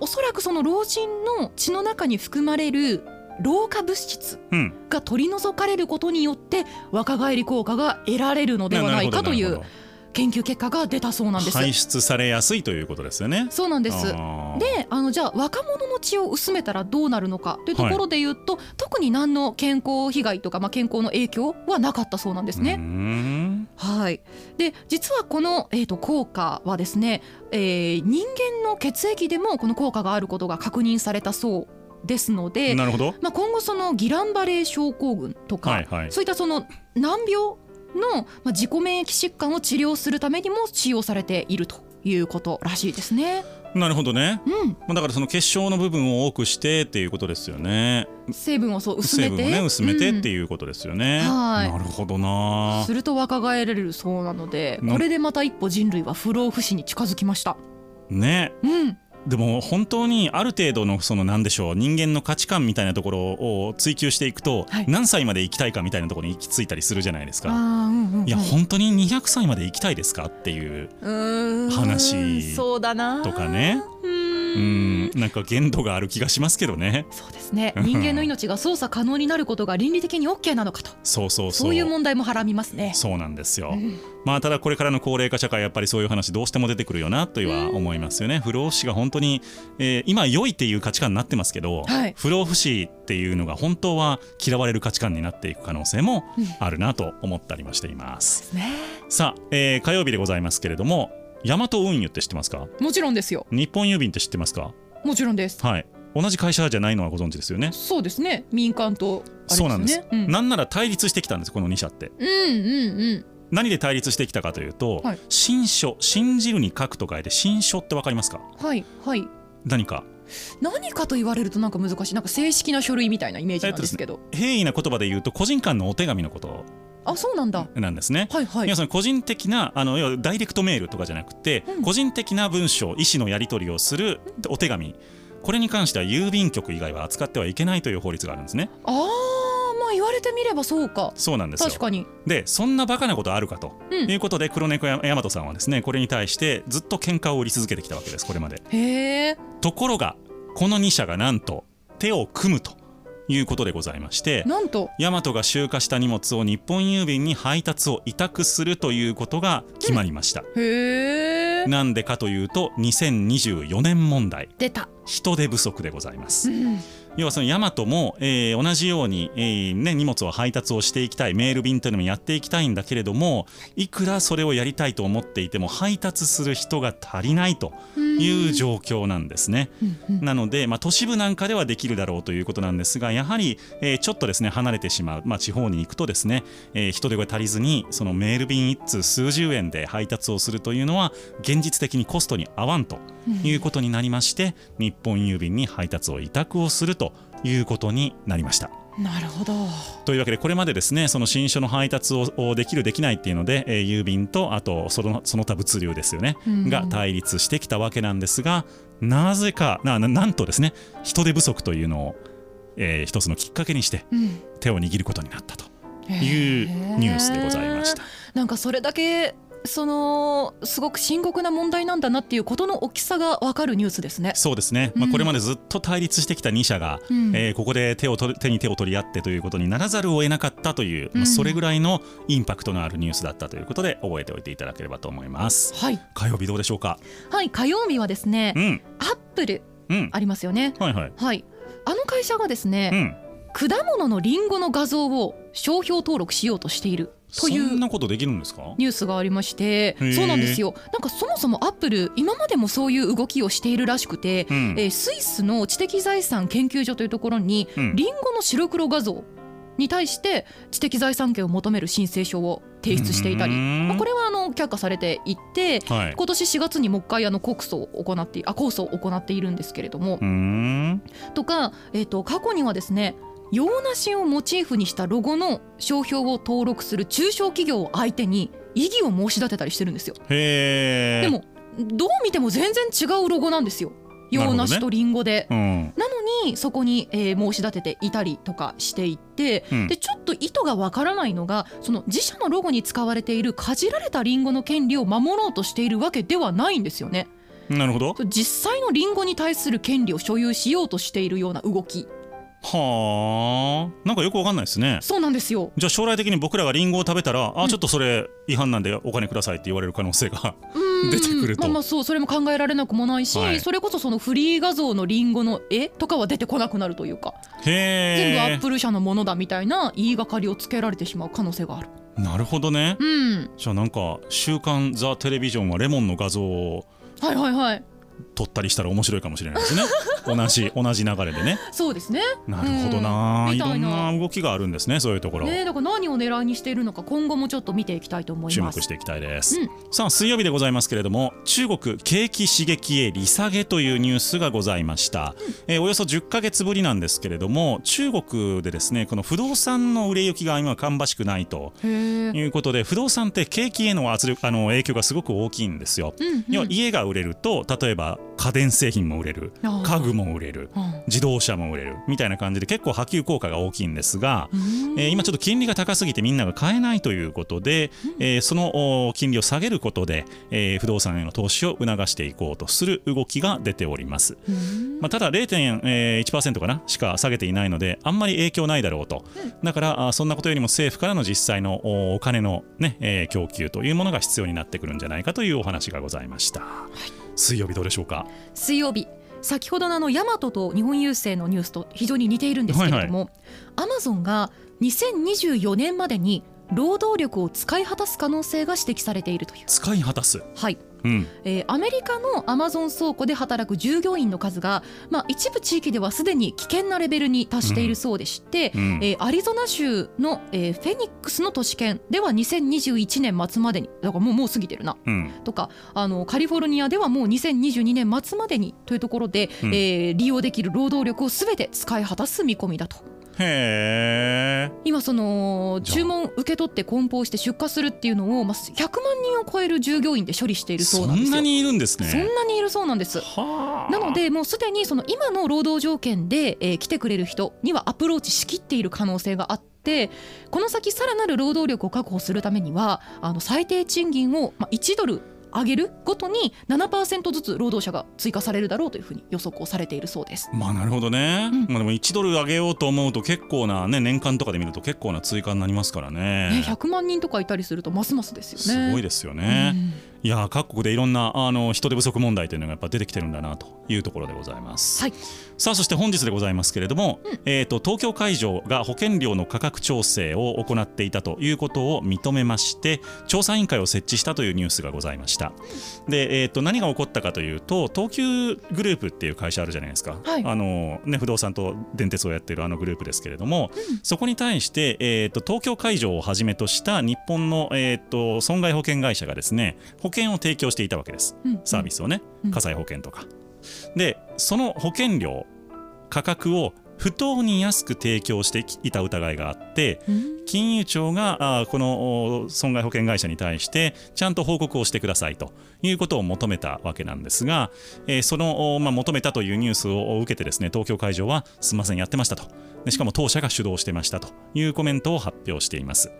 S2: おおそらくその老人の血の中に含まれる老化物質
S1: うん
S2: が取り除かれることによって若返り効果が得られるのではないかとい
S1: なる
S2: う
S1: ほど
S2: 研究結果が出たそうなんです。
S1: 排出されやすいということですよね
S2: そうなんです
S1: あー
S2: であのじゃあ若者の血を薄めたらどうなるのかというところで言うと、特に何の健康被害とか、まあ、健康の影響はなかったそうなんです
S1: うー
S2: ね。
S1: ん
S2: はい、で実はこの、えー、と効果はですね、えー人間の血液でもこの効果があることが確認されたそうですので、
S1: なるほど
S2: まあ、今後そのギランバレー症候群とか、
S1: はいはい
S2: そういったその難病の、まあ、自己免疫疾患を治療するためにも使用されているということらしいですね。
S1: なるほどね
S2: うん
S1: まあだからその結晶の部分を多くしてっていうことですよね
S2: 成分をそう薄め
S1: 成
S2: て
S1: 分をね薄めてっていうことですよね、
S2: うんはい
S1: なるほど
S2: うん
S1: な
S2: すると若返れるそうなので
S1: な
S2: これでまた一歩人類は不老不死に近づきました
S1: ね
S2: うん
S1: でも本当にある程度のその何でしょう人間の価値観みたいなところを追求していくと、
S2: はい
S1: 何歳まで生きたいかみたいなところに行き着いたりするじゃないです
S2: あー
S1: か。
S2: うんうんうん
S1: いや本当に200歳まで生きたいですかっていう
S2: うーん
S1: 話
S2: そうだな
S1: とかね
S2: う
S1: う
S2: ー
S1: ん
S2: ん
S1: なんか限度がある気がしますけどね
S2: そうですね人間の命が操作可能になることが倫理的に OK なのかと
S1: そうそうそう
S2: そういう問題もはらみますね
S1: そうなんですよ、
S2: ん
S1: まあただこれからの高齢化社会やっぱりそういう話どうしても出てくるよなとは思いますよね不老不死が本当に、えー今良いっていう価値観になってますけど、
S2: はい
S1: 不老不死っていうのが本当は嫌われる価値観になっていく可能性もあるなと思ったりもしています、
S2: ね
S1: さあ、えー火曜日でございますけれどもヤマト運輸って知ってますか
S2: もちろんですよ
S1: 日本郵便って知ってますか
S2: もちろんです
S1: はい同じ会社じゃないのはご存知ですよね
S2: そうですね民間とあれです
S1: そう
S2: よね
S1: なんです、
S2: うん
S1: なんなら対立してきたんですこの2社って
S2: うんうんうん
S1: 何で対立してきたかというと、
S2: はい
S1: 新書信じるに書くと書いて新書ってわかりますか
S2: はいはい
S1: 何か
S2: 何かと言われるとなんか難しいなんか正式な書類みたいなイメージなんですけど、
S1: 平易な言葉で言うと個人間のお手紙のこと
S2: あそうなんだ、
S1: なんですね、
S2: はいはい
S1: 皆さん個人的なあの要はダイレクトメールとかじゃなくて、
S2: うん
S1: 個人的な文章意思のやり取りをするお手紙これに関しては郵便局以外は扱ってはいけないという法律があるんですね
S2: あーまあ言われてみればそうか
S1: そうなんですよ
S2: 確かに
S1: でそんなバカなことあるかと、
S2: うん
S1: いうことで黒猫や大和さんはですねこれに対してずっと喧嘩を売り続けてきたわけですこれまで
S2: へえ
S1: ところがこの2社がなんと手を組むということでございまして
S2: なんと
S1: ヤマトが集荷した荷物を日本郵便に配達を委託するということが決まりました、
S2: へえ
S1: なんでかというと2024年問題
S2: 出た、
S1: 人手不足でございます、
S2: うん、
S1: 要はそのヤマトも、えー同じように、えーね、荷物を配達をしていきたいメール便というのもやっていきたいんだけれどもいくらそれをやりたいと思っていても配達する人が足りないという状況なんですね。
S2: うんうん
S1: なので、まあ、都市部なんかではできるだろうということなんですがやはり、えーちょっとですね離れてしまう、まあ、地方に行くとですね、えー人手が足りずにそのメール便1通数十円で配達をするというのは現実的にコストに合わんということになりまして、日本郵便に配達を委託をするということになりました。
S2: なるほど
S1: というわけでこれまでですねその新書の配達ををできるできないっていうので、えー郵便とあとそのその他物流ですよね、
S2: うん
S1: が対立してきたわけなんですがなぜかなななんとですね人手不足というのを、えー一つのきっかけにして
S2: うん
S1: 手を握ることになったとい
S2: へ
S1: う
S2: ー
S1: ニュースでございました。
S2: なんかそれだけそのすごく深刻な問題なんだなっていうことの大きさがわかるニュースですね
S1: そうですね、ま
S2: う
S1: あ、
S2: ん
S1: これまでずっと対立してきた2社が、
S2: うん
S1: えーここで手を取る手に手を取り合ってということにならざるを得なかったという、ま
S2: う
S1: あ、
S2: ん
S1: それぐらいのインパクトのあるニュースだったということで覚えておいていただければと思います。
S2: はい
S1: 火曜日どうでしょうか、
S2: はい火曜日はですね
S1: うん
S2: アップル
S1: うん、
S2: ありますよね
S1: はいはい。
S2: はいあの会社がですね、
S1: うん。
S2: 果物のリンゴの画像を商標登録しようとしているとい
S1: そ
S2: うん
S1: なことできるんですか？
S2: ニュースがありまして
S1: へー
S2: そうなんですよなんかそもそもアップル今までもそういう動きをしているらしくて、
S1: うん
S2: えースイスの知的財産研究所というところに
S1: うん
S2: リンゴの白黒画像に対して知的財産権を求める申請書を提出していたり、
S1: うん
S2: まあ、これはあの却下されていて、
S1: はい
S2: 今年4月にもう一回あの告訴を行ってあ控訴を行っているんですけれども
S1: うーん
S2: とか、えー、と過去にはですね洋梨をモチーフにしたロゴの商標を登録する中小企業を相手に異議を申し立てたりしてるんですよ。
S1: へえ
S2: でもどう見ても全然違うロゴなんですよ
S1: なるほ
S2: 洋
S1: どね
S2: 梨とリンゴで。
S1: うん
S2: なのにそこに、えー申し立てていたりとかしていて、
S1: うん
S2: でちょっと意図がわからないのがその自社のロゴに使われているかじられたリンゴの権利を守ろうとしているわけではないんですよね
S1: なるほど
S2: 実際のリンゴに対する権利を所有しようとしているような動き
S1: はあなんかよくわかんないですね
S2: そうなんですよ
S1: じゃあ将来的に僕らがリンゴを食べたら、
S2: うん
S1: あちょっとそれ違反なんでお金くださいって言われる可能性 が
S2: うん
S1: 出てくると
S2: まあまあそうそれも考えられなくもないし、
S1: はい
S2: それこそそのフリー画像のリンゴの絵とかは出てこなくなるというか、全部ア
S1: へ
S2: ップル社のものだみたいな言いがかりをつけられてしまう可能性がある
S1: えなるほどね
S2: うん
S1: じゃあなんか「週刊ザ・テレビジョン」はレモンの画像を
S2: はいはいはい
S1: 撮ったりしたら面白いかもしれない ですね同じ同じ流れでね
S2: そうですね
S1: なるほどな、
S2: うん
S1: い
S2: み
S1: ろ
S2: たい
S1: ん
S2: な
S1: な動きがあるんですねそういうところ、
S2: ねえだから何を狙いにしているのか今後もちょっと見ていきたいと思い
S1: 注
S2: ま
S1: 目
S2: す
S1: していきたいです、
S2: うん
S1: さあ水曜日でございますけれども中国景気刺激へ利下げというニュースがございました、えーおよそ10ヶ月ぶりなんですけれども中国でですねこの不動産の売れ行きが今芳しくないと
S2: へえ
S1: いうことで不動産って景気への圧力あの影響がすごく大きいんですよ、
S2: うんうん
S1: 要は家が売れると例えば家電製品も売れる
S2: あー
S1: 家具も売れる
S2: うん
S1: 自動車も売れるみたいな感じで結構波及効果が大きいんですが、
S2: うん
S1: えー今ちょっと金利が高すぎてみんなが買えないということで、えーそのお金利を下げることで、えー不動産への投資を促していこうとする動きが出ております。
S2: うん
S1: まあ、ただ0.1%かなしか下げていないのであんまり影響ないだろうと、だからあそんなことよりも政府からの実際のおお金の、ねえー供給というものが必要になってくるんじゃないかというお話がございました、水曜日どうでしょうか
S2: 水曜日先ほどのあのヤマトと日本郵政のニュースと非常に似ているんですけれどもアマゾンが2024年までに労働力を使い果たす可能性が指摘されているという
S1: 使い果たす、
S2: はい
S1: うん、
S2: えーアメリカのアマゾン倉庫で働く従業員の数が、まあ、一部地域ではすでに危険なレベルに達しているそうでして、
S1: うんうん
S2: えーアリゾナ州の、えーフェニックスの都市圏では2021年末までにだからもうもう過ぎてるな
S1: うん、
S2: とかあのカリフォルニアではもう2022年末までにというところで、
S1: うん
S2: えー利用できる労働力をすべて使い果たす見込みだと。
S1: へえ
S2: 今その
S1: じゃあ
S2: 注文受け取って梱包して出荷するっていうのを、まあ、100万人を超える従業員で処理しているそ
S1: そう
S2: なんですよ。
S1: んなにいるんです
S2: そ
S1: ね
S2: んなにいるそうなんです。
S1: はあ
S2: なのでもうすでにその今の労働条件で、えー来てくれる人にはアプローチしきっている可能性があってこの先さらなる労働力を確保するためにはあの最低賃金を、まあ、1ドル上げるごとに7%ずつ労働者が追加されるだろうというふうに予測をされているそうです。
S1: まあなるほどね、
S2: うん
S1: まあでも1ドル上げようと思うと結構なね年間とかで見ると結構な追加になりますからね
S2: ね、100万人とかいたりするとますますですよね。
S1: すごい
S2: で
S1: ですよね、いやー各国でいろんなあの人手不足問題というのがやっぱ出てきてるんだなというところでございます、
S2: はい
S1: さあそして本日でございますけれども、えー、と東京会場が保険料の価格調整を行っていたということを認めまして調査委員会を設置したというニュースがございましたで、えー、と何が起こったかというと東急グループっていう会社あるじゃないですか、
S2: はい
S1: あのね、不動産と電鉄をやってるあのグループですけれども、そこに対して、えー、と東京会場をはじめとした日本の、えー、と損害保険会社がですね保険を提供していたわけです、
S2: うん
S1: サービスをね
S2: うん
S1: 火災保険とか、でその保険料価格を不当に安く提供していた疑いがあって
S2: うん
S1: 金融庁があーこのお損害保険会社に対してちゃんと報告をしてくださいということを求めたわけなんですが、えーその、おまあ、求めたというニュースを受けてですね東京会場はすみませんやってましたとでしかも当社が主導してましたというコメントを発表しています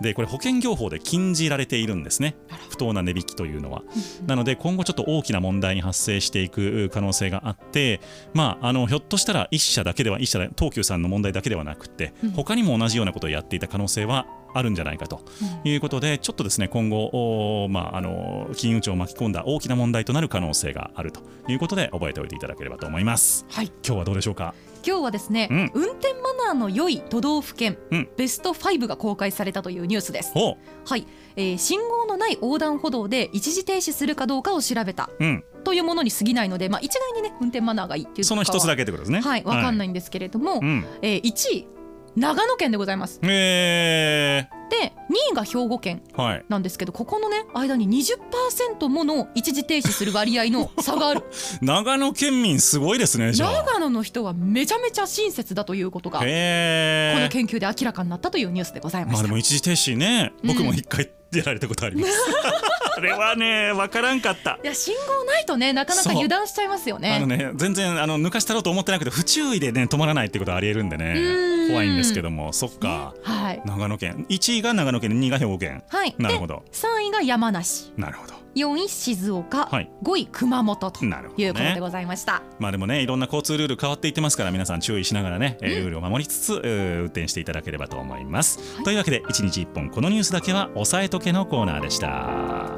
S1: でこれ保険業法で禁じられているんですね不当な値引きというのはなので今後ちょっと大きな問題に発生していく可能性があってまああのひょっとしたら一社だけでは一社だ東急さんの問題だけではなくて
S2: うん
S1: 他にも同じようなことをやっていた可能性はあるんじゃないかということで、ちょっとですね今後、おーまあ、あの金融庁を巻き込んだ大きな問題となる可能性があるということで覚えておいていただければと思います。
S2: はい
S1: 今日はどうでしょうか
S2: 今日はですね、
S1: うん
S2: 運転マナーの良い都道府県、
S1: うん
S2: ベスト5が公開されたというニュースです。
S1: おう、
S2: はい、えー信号のない横断歩道で一時停止するかどうかを調べた
S1: うん、
S2: というものに過ぎないので、まあ、一概にね運転マナーがいいっていう
S1: その一つだ
S2: け
S1: けってことですね。、
S2: はいわかんないいんですけれども、
S1: うん、
S2: えー1位長野県でございます
S1: え
S2: で2位が兵庫県
S1: ー、はい
S2: なんですけどここのね間に20%もの一時停止する割 合の差がある
S1: 長野県民すごいですねじゃあ
S2: 長野の人はめちゃめちゃ親切だということがこ
S1: へ
S2: の
S1: え
S2: 研究で明らかになったというニュースでございま
S1: まあ
S2: し
S1: で
S2: た、
S1: も一時停止ね
S2: うん
S1: 僕も一回やられたことあり ます、あれはね分からんかった
S2: いや信号ないとねなかなか
S1: そう
S2: 油断しちゃいますよね
S1: あのね全然あの抜かしたろうと思ってなくて不注意でね止まらないってことはありえるんで
S2: う
S1: ね
S2: ん
S1: 怖いんですけどもそっか、
S2: はい
S1: 長野県1位が長野県2位が兵庫県
S2: はい
S1: なるほ
S2: で
S1: ど
S2: 3位が山梨
S1: なるほど
S2: 4位静岡、
S1: はい
S2: 5位熊本と
S1: なるほど
S2: いうことで
S1: ね
S2: ございました、
S1: まあでもねいろんな交通ルール変わっていってますから皆さん注意しながらね、えールールを守りつつうー運転していただければと思います、
S2: はい
S1: というわけで1日1本このニュースだけは押さえとけのコーナーでした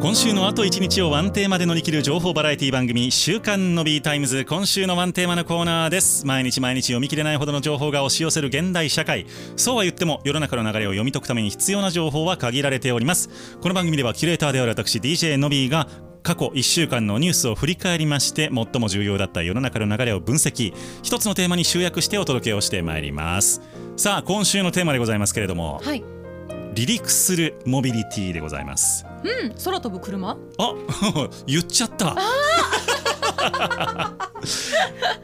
S1: 今週のあと1日をワンテーマで乗り切る情報バラエティ番組「週刊のビータイムズ」今週のワンテーマのコーナーです毎日毎日読み切れないほどの情報が押し寄せる現代社会そうは言っても世の中の流れを読み解くために必要な情報は限られておりますこの番組ではキュレーターである私 DJ のびーが過去1週間のニュースを振り返りまして最も重要だった世の中の流れを分析一つのテーマに集約してお届けをしてまいりますさあ今週のテーマでございますけれども
S2: はい、
S1: 離陸するモビリティでございます
S2: うん、空飛ぶ車
S1: あ 言っちゃった。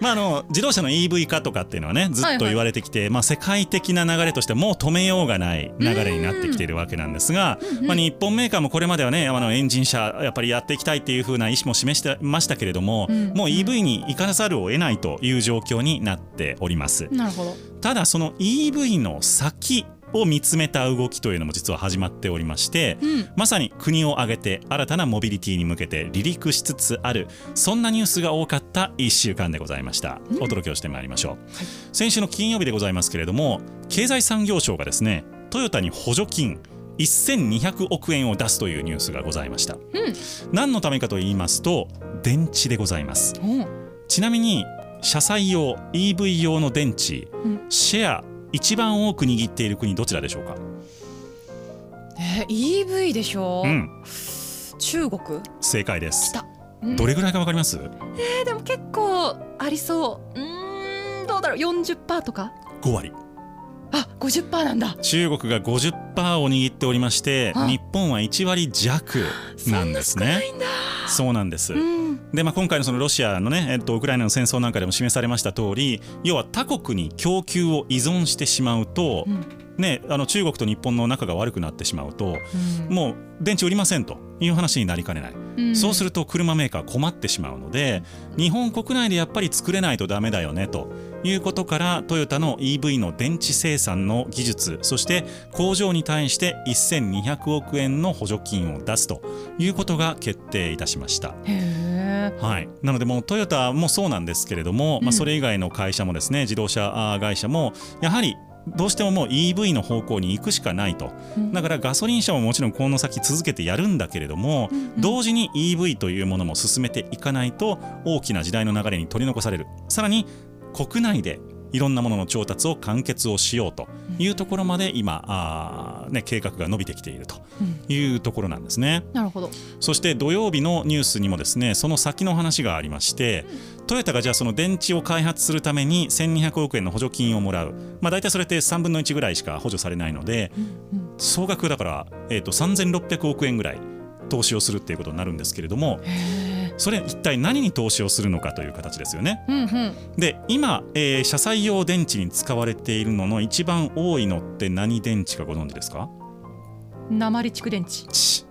S1: まあ、あの自動車の EV 化とかっていうのはねずっと言われてきて、まあ、世界的な流れとしてもう止めようがない流れになってきているわけなんですが、まあ、日本メーカーもこれまではねあのエンジン車やっぱりやっていきたいっていう風な意思も示してましたけれども、
S2: うん
S1: もう EV に行かざるを得ないという状況になっております。
S2: なるほど
S1: ただその EV の先を見つめた動きというのも実は始まっておりまして、
S2: うん
S1: まさに国を挙げて新たなモビリティに向けて離陸しつつあるそんなニュースが多かった1週間でございました、お届けをしてまいりましょう、先週の金曜日でございますけれども経済産業省がですねトヨタに補助金1200億円を出すというニュースがございました、何のためかと言いますと電池でございます
S2: おう
S1: ちなみに車載用 EV 用の電池、
S2: うん
S1: シェア一番多く握っている国どちらでしょうか
S2: えー、EV でしょ、
S1: うん
S2: 中国
S1: 正解です
S2: 来たうん
S1: どれぐらいかわかります
S2: えーでも結構ありそううーんどうだろう40%とか
S1: 5割
S2: あ50%なんだ
S1: 中国が50%を握っておりまして
S2: はあ
S1: 日本は1割弱なんですね
S2: いんだ
S1: そうなんです、
S2: うん
S1: で、まあ、今回のそのロシアのね、えっと、ウクライナの戦争なんかでも示されました通り要は他国に供給を依存してしまうと、
S2: うん
S1: ね、あの中国と日本の仲が悪くなってしまうともう電池売りませんという話になりかねない、
S2: うん
S1: そうすると車メーカー困ってしまうので日本国内でやっぱり作れないとダメだよねということからトヨタの EV の電池生産の技術そして工場に対して1200億円の補助金を出すということが決定いたしました。
S2: へえ
S1: はい、なのでもうトヨタもそうなんですけれども、
S2: う
S1: ま
S2: ん
S1: あ、それ以外の会社もですね自動車あー会社もやはりどうしてももう EV の方向に行くしかないと
S2: うん
S1: だからガソリン車ももちろんこの先続けてやるんだけれども、
S2: うんうん
S1: 同時に EV というものも進めていかないと大きな時代の流れに取り残されるさらに国内でいろんなものの調達を完結をしようというところまで今、あーね、計画が伸びてきていると
S2: うん
S1: いうところなんですね。
S2: なるほど
S1: そして土曜日のニュースにもですねその先の話がありまして、トヨタがじゃあその電池を開発するために1200億円の補助金をもらう、まあ、大体それって3分の1ぐらいしか補助されないので、
S2: うん
S1: 総額だから、えー、と3600億円ぐらい投資をするっていうことになるんですけれども
S2: へえ
S1: それ一体何に投資をするのかという形ですよね。
S2: うんうん
S1: で今、えー車載用電池に使われているのの一番多いのって何電池かご存知ですか
S2: 鉛蓄電池
S1: ち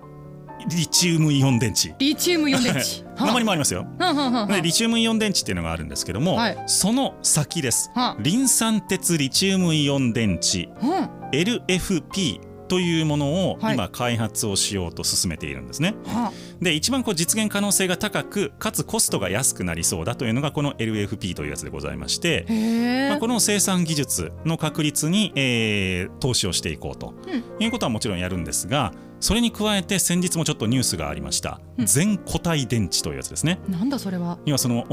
S1: リチウムイオン電池。
S2: リチウムイオン電池
S1: 鉛もあり ますよ。
S2: はあはあはあはあ
S1: でリチウムイオン電池っていうのがあるんですけども、
S2: はい
S1: その先です、
S2: はあ
S1: リン酸鉄リチウムイオン電池
S2: うん
S1: LFP というものを
S2: はい
S1: 今開発をしようと進めているんですね、
S2: はあ
S1: で一番こう実現可能性が高くかつコストが安くなりそうだというのがこの LFP というやつでございまして、
S2: へえ
S1: まあ、この生産技術の確立に、えー投資をしていこうと
S2: うん
S1: いうことはもちろんやるんですがそれに加えて先日もちょっとニュースがありました、
S2: うん
S1: 全固体電池というやつですね
S2: なんだそれは
S1: 今その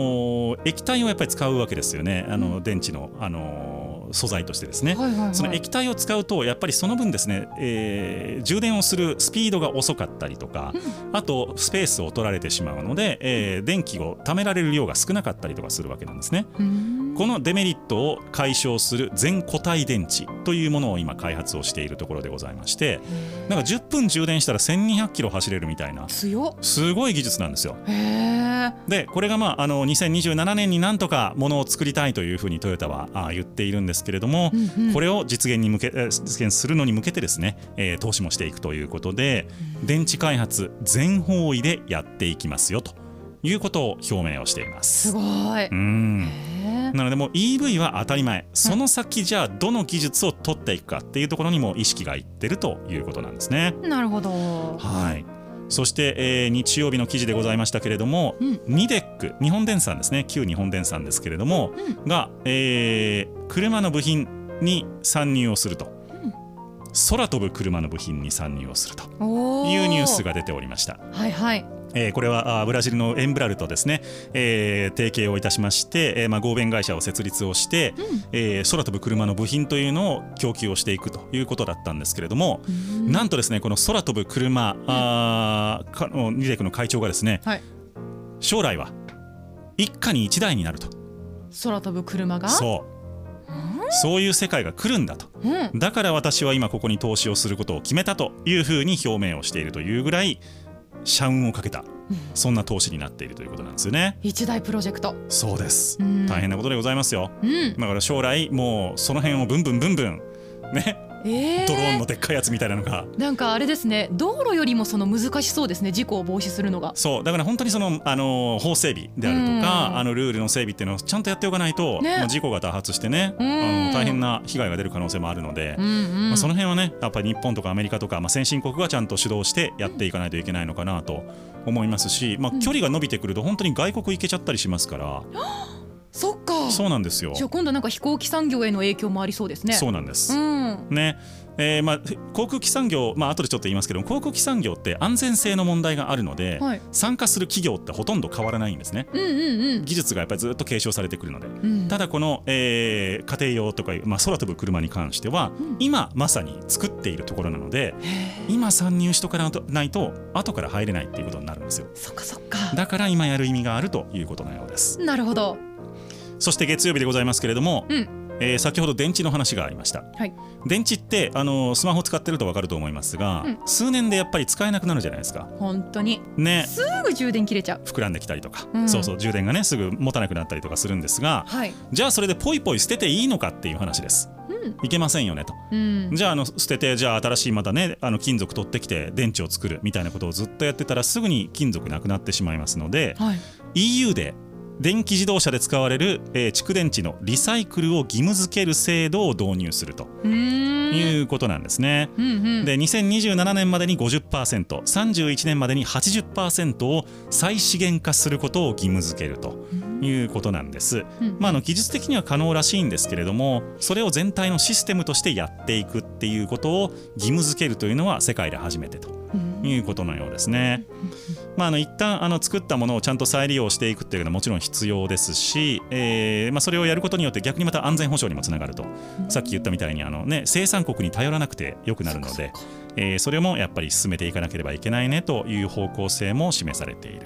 S1: お液体をやっぱり使うわけですよねあの電池の、あのー素材としてですね、
S2: はいはいはい
S1: その液体を使うとやっぱりその分ですね、えー充電をするスピードが遅かったりとか、あとスペースを取られてしまうので、えー電気を貯められる量が少なかったりとかするわけなんですね。
S2: うーん
S1: このデメリットを解消する全固体電池というものを今開発をしているところでございましてなんか10分充電したら1200キロ走れるみたいな
S2: 強っ
S1: すごい技術なんですよ。
S2: へえ
S1: でこれがまああの2027年になんとかものを作りたいというふうにトヨタはあ言っているんですけれども、
S2: うんうん
S1: これを実現に向けえ実現するのに向けてですね、えー投資もしていくということで、電池開発全方位でやっていきますよということを表明をしていますす。。
S2: ごいう
S1: ん
S2: へー
S1: なのでもう EV は当たり前その先じゃあどの技術を取っていくかっていうところにも意識がいってるということなんですね。
S2: なるほど。
S1: はいそして、えー日曜日の記事でございましたけれども、
S2: うん
S1: ニデック日本電産ですね旧日本電産ですけれども、が、えー車の部品に参入をすると、空飛ぶ車の部品に参入をすると
S2: おお。
S1: いうニュース。が出ておりました。
S2: はいはい。
S1: えーこれはあーブラジルのエンブラルとですね、えー提携をいたしまして、えーまあ、合弁会社を設立をして、えー空飛ぶ車の部品というのを供給をしていくということだったんですけれども、なんとですねこの空飛ぶ車、あーかのニデックの会長がですね
S2: はい。
S1: 将来は一家に一台になると
S2: 空飛ぶ車が。
S1: そうそういう世界が来るんだと
S2: う。ん。
S1: だから私は今ここに投資をすることを決めたというふうに表明をしているというぐらい社運をかけたそんな投資になっているということなんですよね。
S2: 一大プロジェクト。
S1: そうです
S2: うん
S1: 大変なことでございますよ
S2: うん。
S1: だから将来もうその辺をブンブンブンブンね
S2: ええ。
S1: ドローンの。でっかいやつみたいなのが
S2: なんかあれですね。道路よりもその難しそうですね。事故を防止するのが。
S1: そうだから本当にその、あのー法整備であるとか、
S2: うん
S1: あのルールの整備っていうのをちゃんとやっておかないと、
S2: ね
S1: まあ事故が多発してね、
S2: うん
S1: あの大変な被害が出る可能性もあるので、
S2: うんう
S1: まあ、
S2: ん。
S1: その辺はねやっぱり日本とかアメリカとか、まあ、先進国がちゃんと主導してやっていかないといけないのかなと思いますし、まあ、距離が伸びてくると本当に外国行けちゃったりしますから、
S2: そっか。
S1: そうなんですよ。
S2: じゃあ今度なんか飛行機産業への影響もありそうですね。。
S1: そううなんです、
S2: うん。
S1: ねえーまあ、航空機産業、まあ後でちょっと言いますけど航空機産業って安全性の問題があるので、
S2: はい
S1: 参加する企業ってほとんど変わらないんですね。
S2: うんうんうん。
S1: 技術がやっぱりずっと継承されてくるので、
S2: うん
S1: ただこの、えー家庭用とか、まあ、空飛ぶ車に関しては、今まさに作っているところなので今参入しとかないと後から入れないっていうことになるんですよ
S2: そっかそっか。
S1: だから今やる意味があるということのようです
S2: なるほど。
S1: そして月曜日でございますけれども、
S2: うん。
S1: えー先ほど電池の話がありました
S2: はい。
S1: 電池ってあのスマホ使ってると分かると思いますが、
S2: うん
S1: 数年でやっぱり使えなくなるじゃないですか
S2: 本当に。
S1: ね
S2: すぐ充電切れちゃう。
S1: 膨らんできたりとか、
S2: うん
S1: そうそう充電がねすぐ持たなくなったりとかするんですが、
S2: はい。
S1: じゃあそれでポイポイ捨てていいのかっていう話です。いけませんよねと。
S2: うん。
S1: じゃああの捨ててじゃあ新しいまたねあの金属取ってきて電池を作るみたいなことをずっとやってたらすぐに金属なくなってしまいますので
S2: はい。
S1: EU で電気自動車で使われる、えー蓄電池のリサイクルを義務付ける制度を導入すると
S2: うーん。
S1: いうことなんですね。
S2: うんうん。
S1: で2027年までに 50%31 年までに80%を再資源化することを義務付けるということなんです、
S2: うん
S1: まあ、あの技術的には可能らしいんですけれどもそれを全体のシステムとしてやっていくっていうことを義務付けるというのは世界で初めてということのようですね。まあ、あの一旦あの作ったものをちゃんと再利用していくっていうのはもちろん必要ですし、えーまあ、それをやることによって逆にまた安全保障にもつながると、さっき言ったみたいにあの、ね、生産国に頼らなくてよくなるのでそえーそれもやっぱり進めていかなければいけないねという方向性も示されている、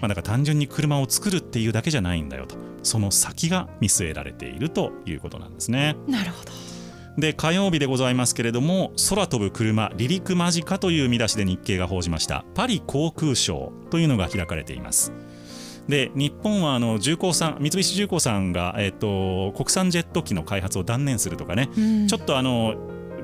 S1: まあ、だから単純に車を作るっていうだけじゃないんだよとその先が見据えられているということなんですね。
S2: なるほど。
S1: で火曜日でございますけれども空飛ぶ車離陸間近という見出しで日経が報じましたパリ航空ショーというのが開かれていますで日本はあの重工さん三菱重工さんが、えっと国産ジェット機の開発を断念するとかね、
S2: うん
S1: ちょっとあの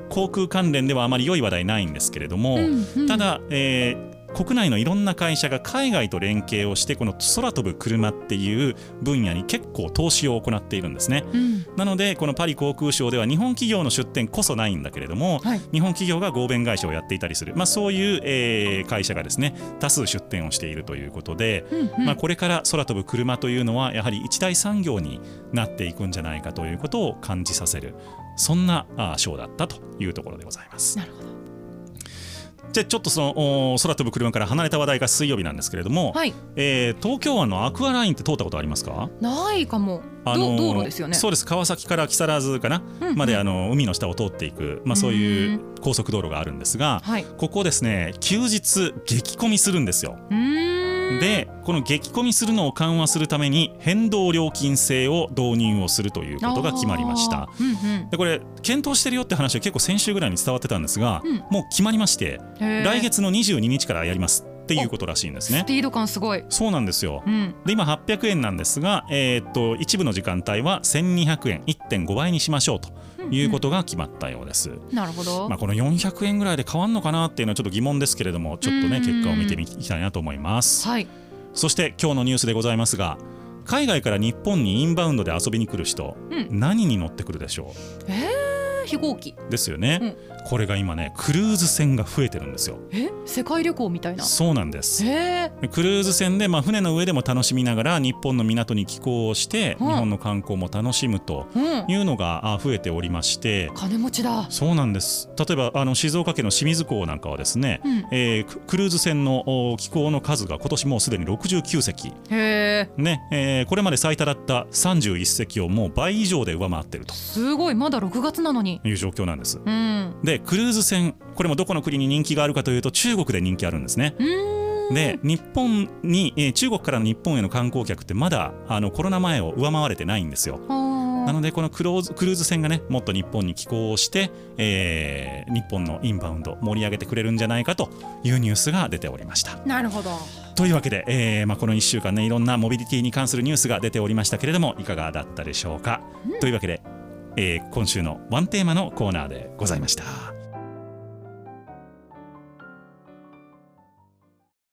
S1: 航空関連ではあまり良い話題ないんですけれども、
S2: うんうん
S1: ただ、えー国内のいろんな会社が海外と連携をしてこの空飛ぶ車っていう分野に結構投資を行っているんですね。
S2: うん。
S1: なのでこのパリ航空ショーでは日本企業の出店こそないんだけれども、
S2: はい
S1: 日本企業が合弁会社をやっていたりする、まあ、そういう、えー会社がですね多数出店をしているということで、まあ、これから空飛ぶ車というのはやはり一大産業になっていくんじゃないかということを感じさせるそんなあーショーだったというところでございます。
S2: なるほど。
S1: じゃあちょっとそのお空飛ぶ車から離れた話題が水曜日なんですけれども、
S2: はい
S1: えー東京湾のアクアラインって通ったことありますか
S2: ないかも、
S1: あのー
S2: ど道路ですよね
S1: そうです川崎から木更津かな、
S2: うんうん
S1: まであの海の下を通っていく、まあ、そういうう高速道路があるんですが、
S2: はい
S1: ここですね休日激混みするんですよ。
S2: うーん
S1: でこの激混みするのを緩和するために変動料金制を導入をするということが決まりました
S2: あ。ーうん
S1: でこれ検討してるよって話は結構先週ぐらいに伝わってたんですが、
S2: うん
S1: もう決まりまして
S2: うん、へー
S1: 来月の22日からやりますっていうことらしいんです
S2: ス
S1: ね。
S2: ピード感すごい、
S1: そうなんですよ
S2: うん、
S1: で今800円なんですが、えーっと一部の時間帯は1200円1.5倍にしましょうということが決まったようです。
S2: なるほど、
S1: まあ、この400円ぐらいで変わんのかなっていうのはちょっと疑問ですけれどもちょっとね
S2: うん
S1: 結果を見ていきたいなと思います
S2: はい
S1: そして今日のニュースでございますが海外から日本にインバウンドで遊びに来る人、
S2: うん
S1: 何に乗ってくるでしょ
S2: えー、飛行機
S1: うですよね、
S2: うん
S1: これが今ねクルーズ船が増えてるんですよ
S2: え世界旅行みたいな
S1: そうなんです
S2: えー、
S1: クルーズ船で、まあ、船の上でも楽しみながら日本の港に寄港をして、
S2: うん
S1: 日本の観光も楽しむと
S2: うん
S1: いうのがあ増えておりまして
S2: 金持ちだ
S1: そうなんです例えばあの静岡県の清水港なんかはですね、
S2: うん
S1: えーククルーズ船のおー寄港の数が今年もうすでに69隻、
S2: へえ
S1: ねえーこれまで最多だった31隻をもう倍以上で上回っていると
S2: すごいまだ6月なのに
S1: いう状況なんです。
S2: うん
S1: でクルーズ船これもどこの国に人気があるかというと中国で人気あるんですね。
S2: うーん
S1: で日本に、えー中国からの日本への観光客ってまだあのコロナ前を上回れてないんですよ。
S2: あ
S1: な
S2: ー
S1: のでこのクローズクルーズ船がねもっと日本に寄港をして、えー日本のインバウンド盛り上げてくれるんじゃないかというニュースが出ておりました。
S2: なるほど
S1: というわけで、えーまあ、この1週間ねいろんなモビリティに関するニュースが出ておりましたけれどもいかがだったでしょうか。というわけで、えー今週のワンテーマのコーナーでございました。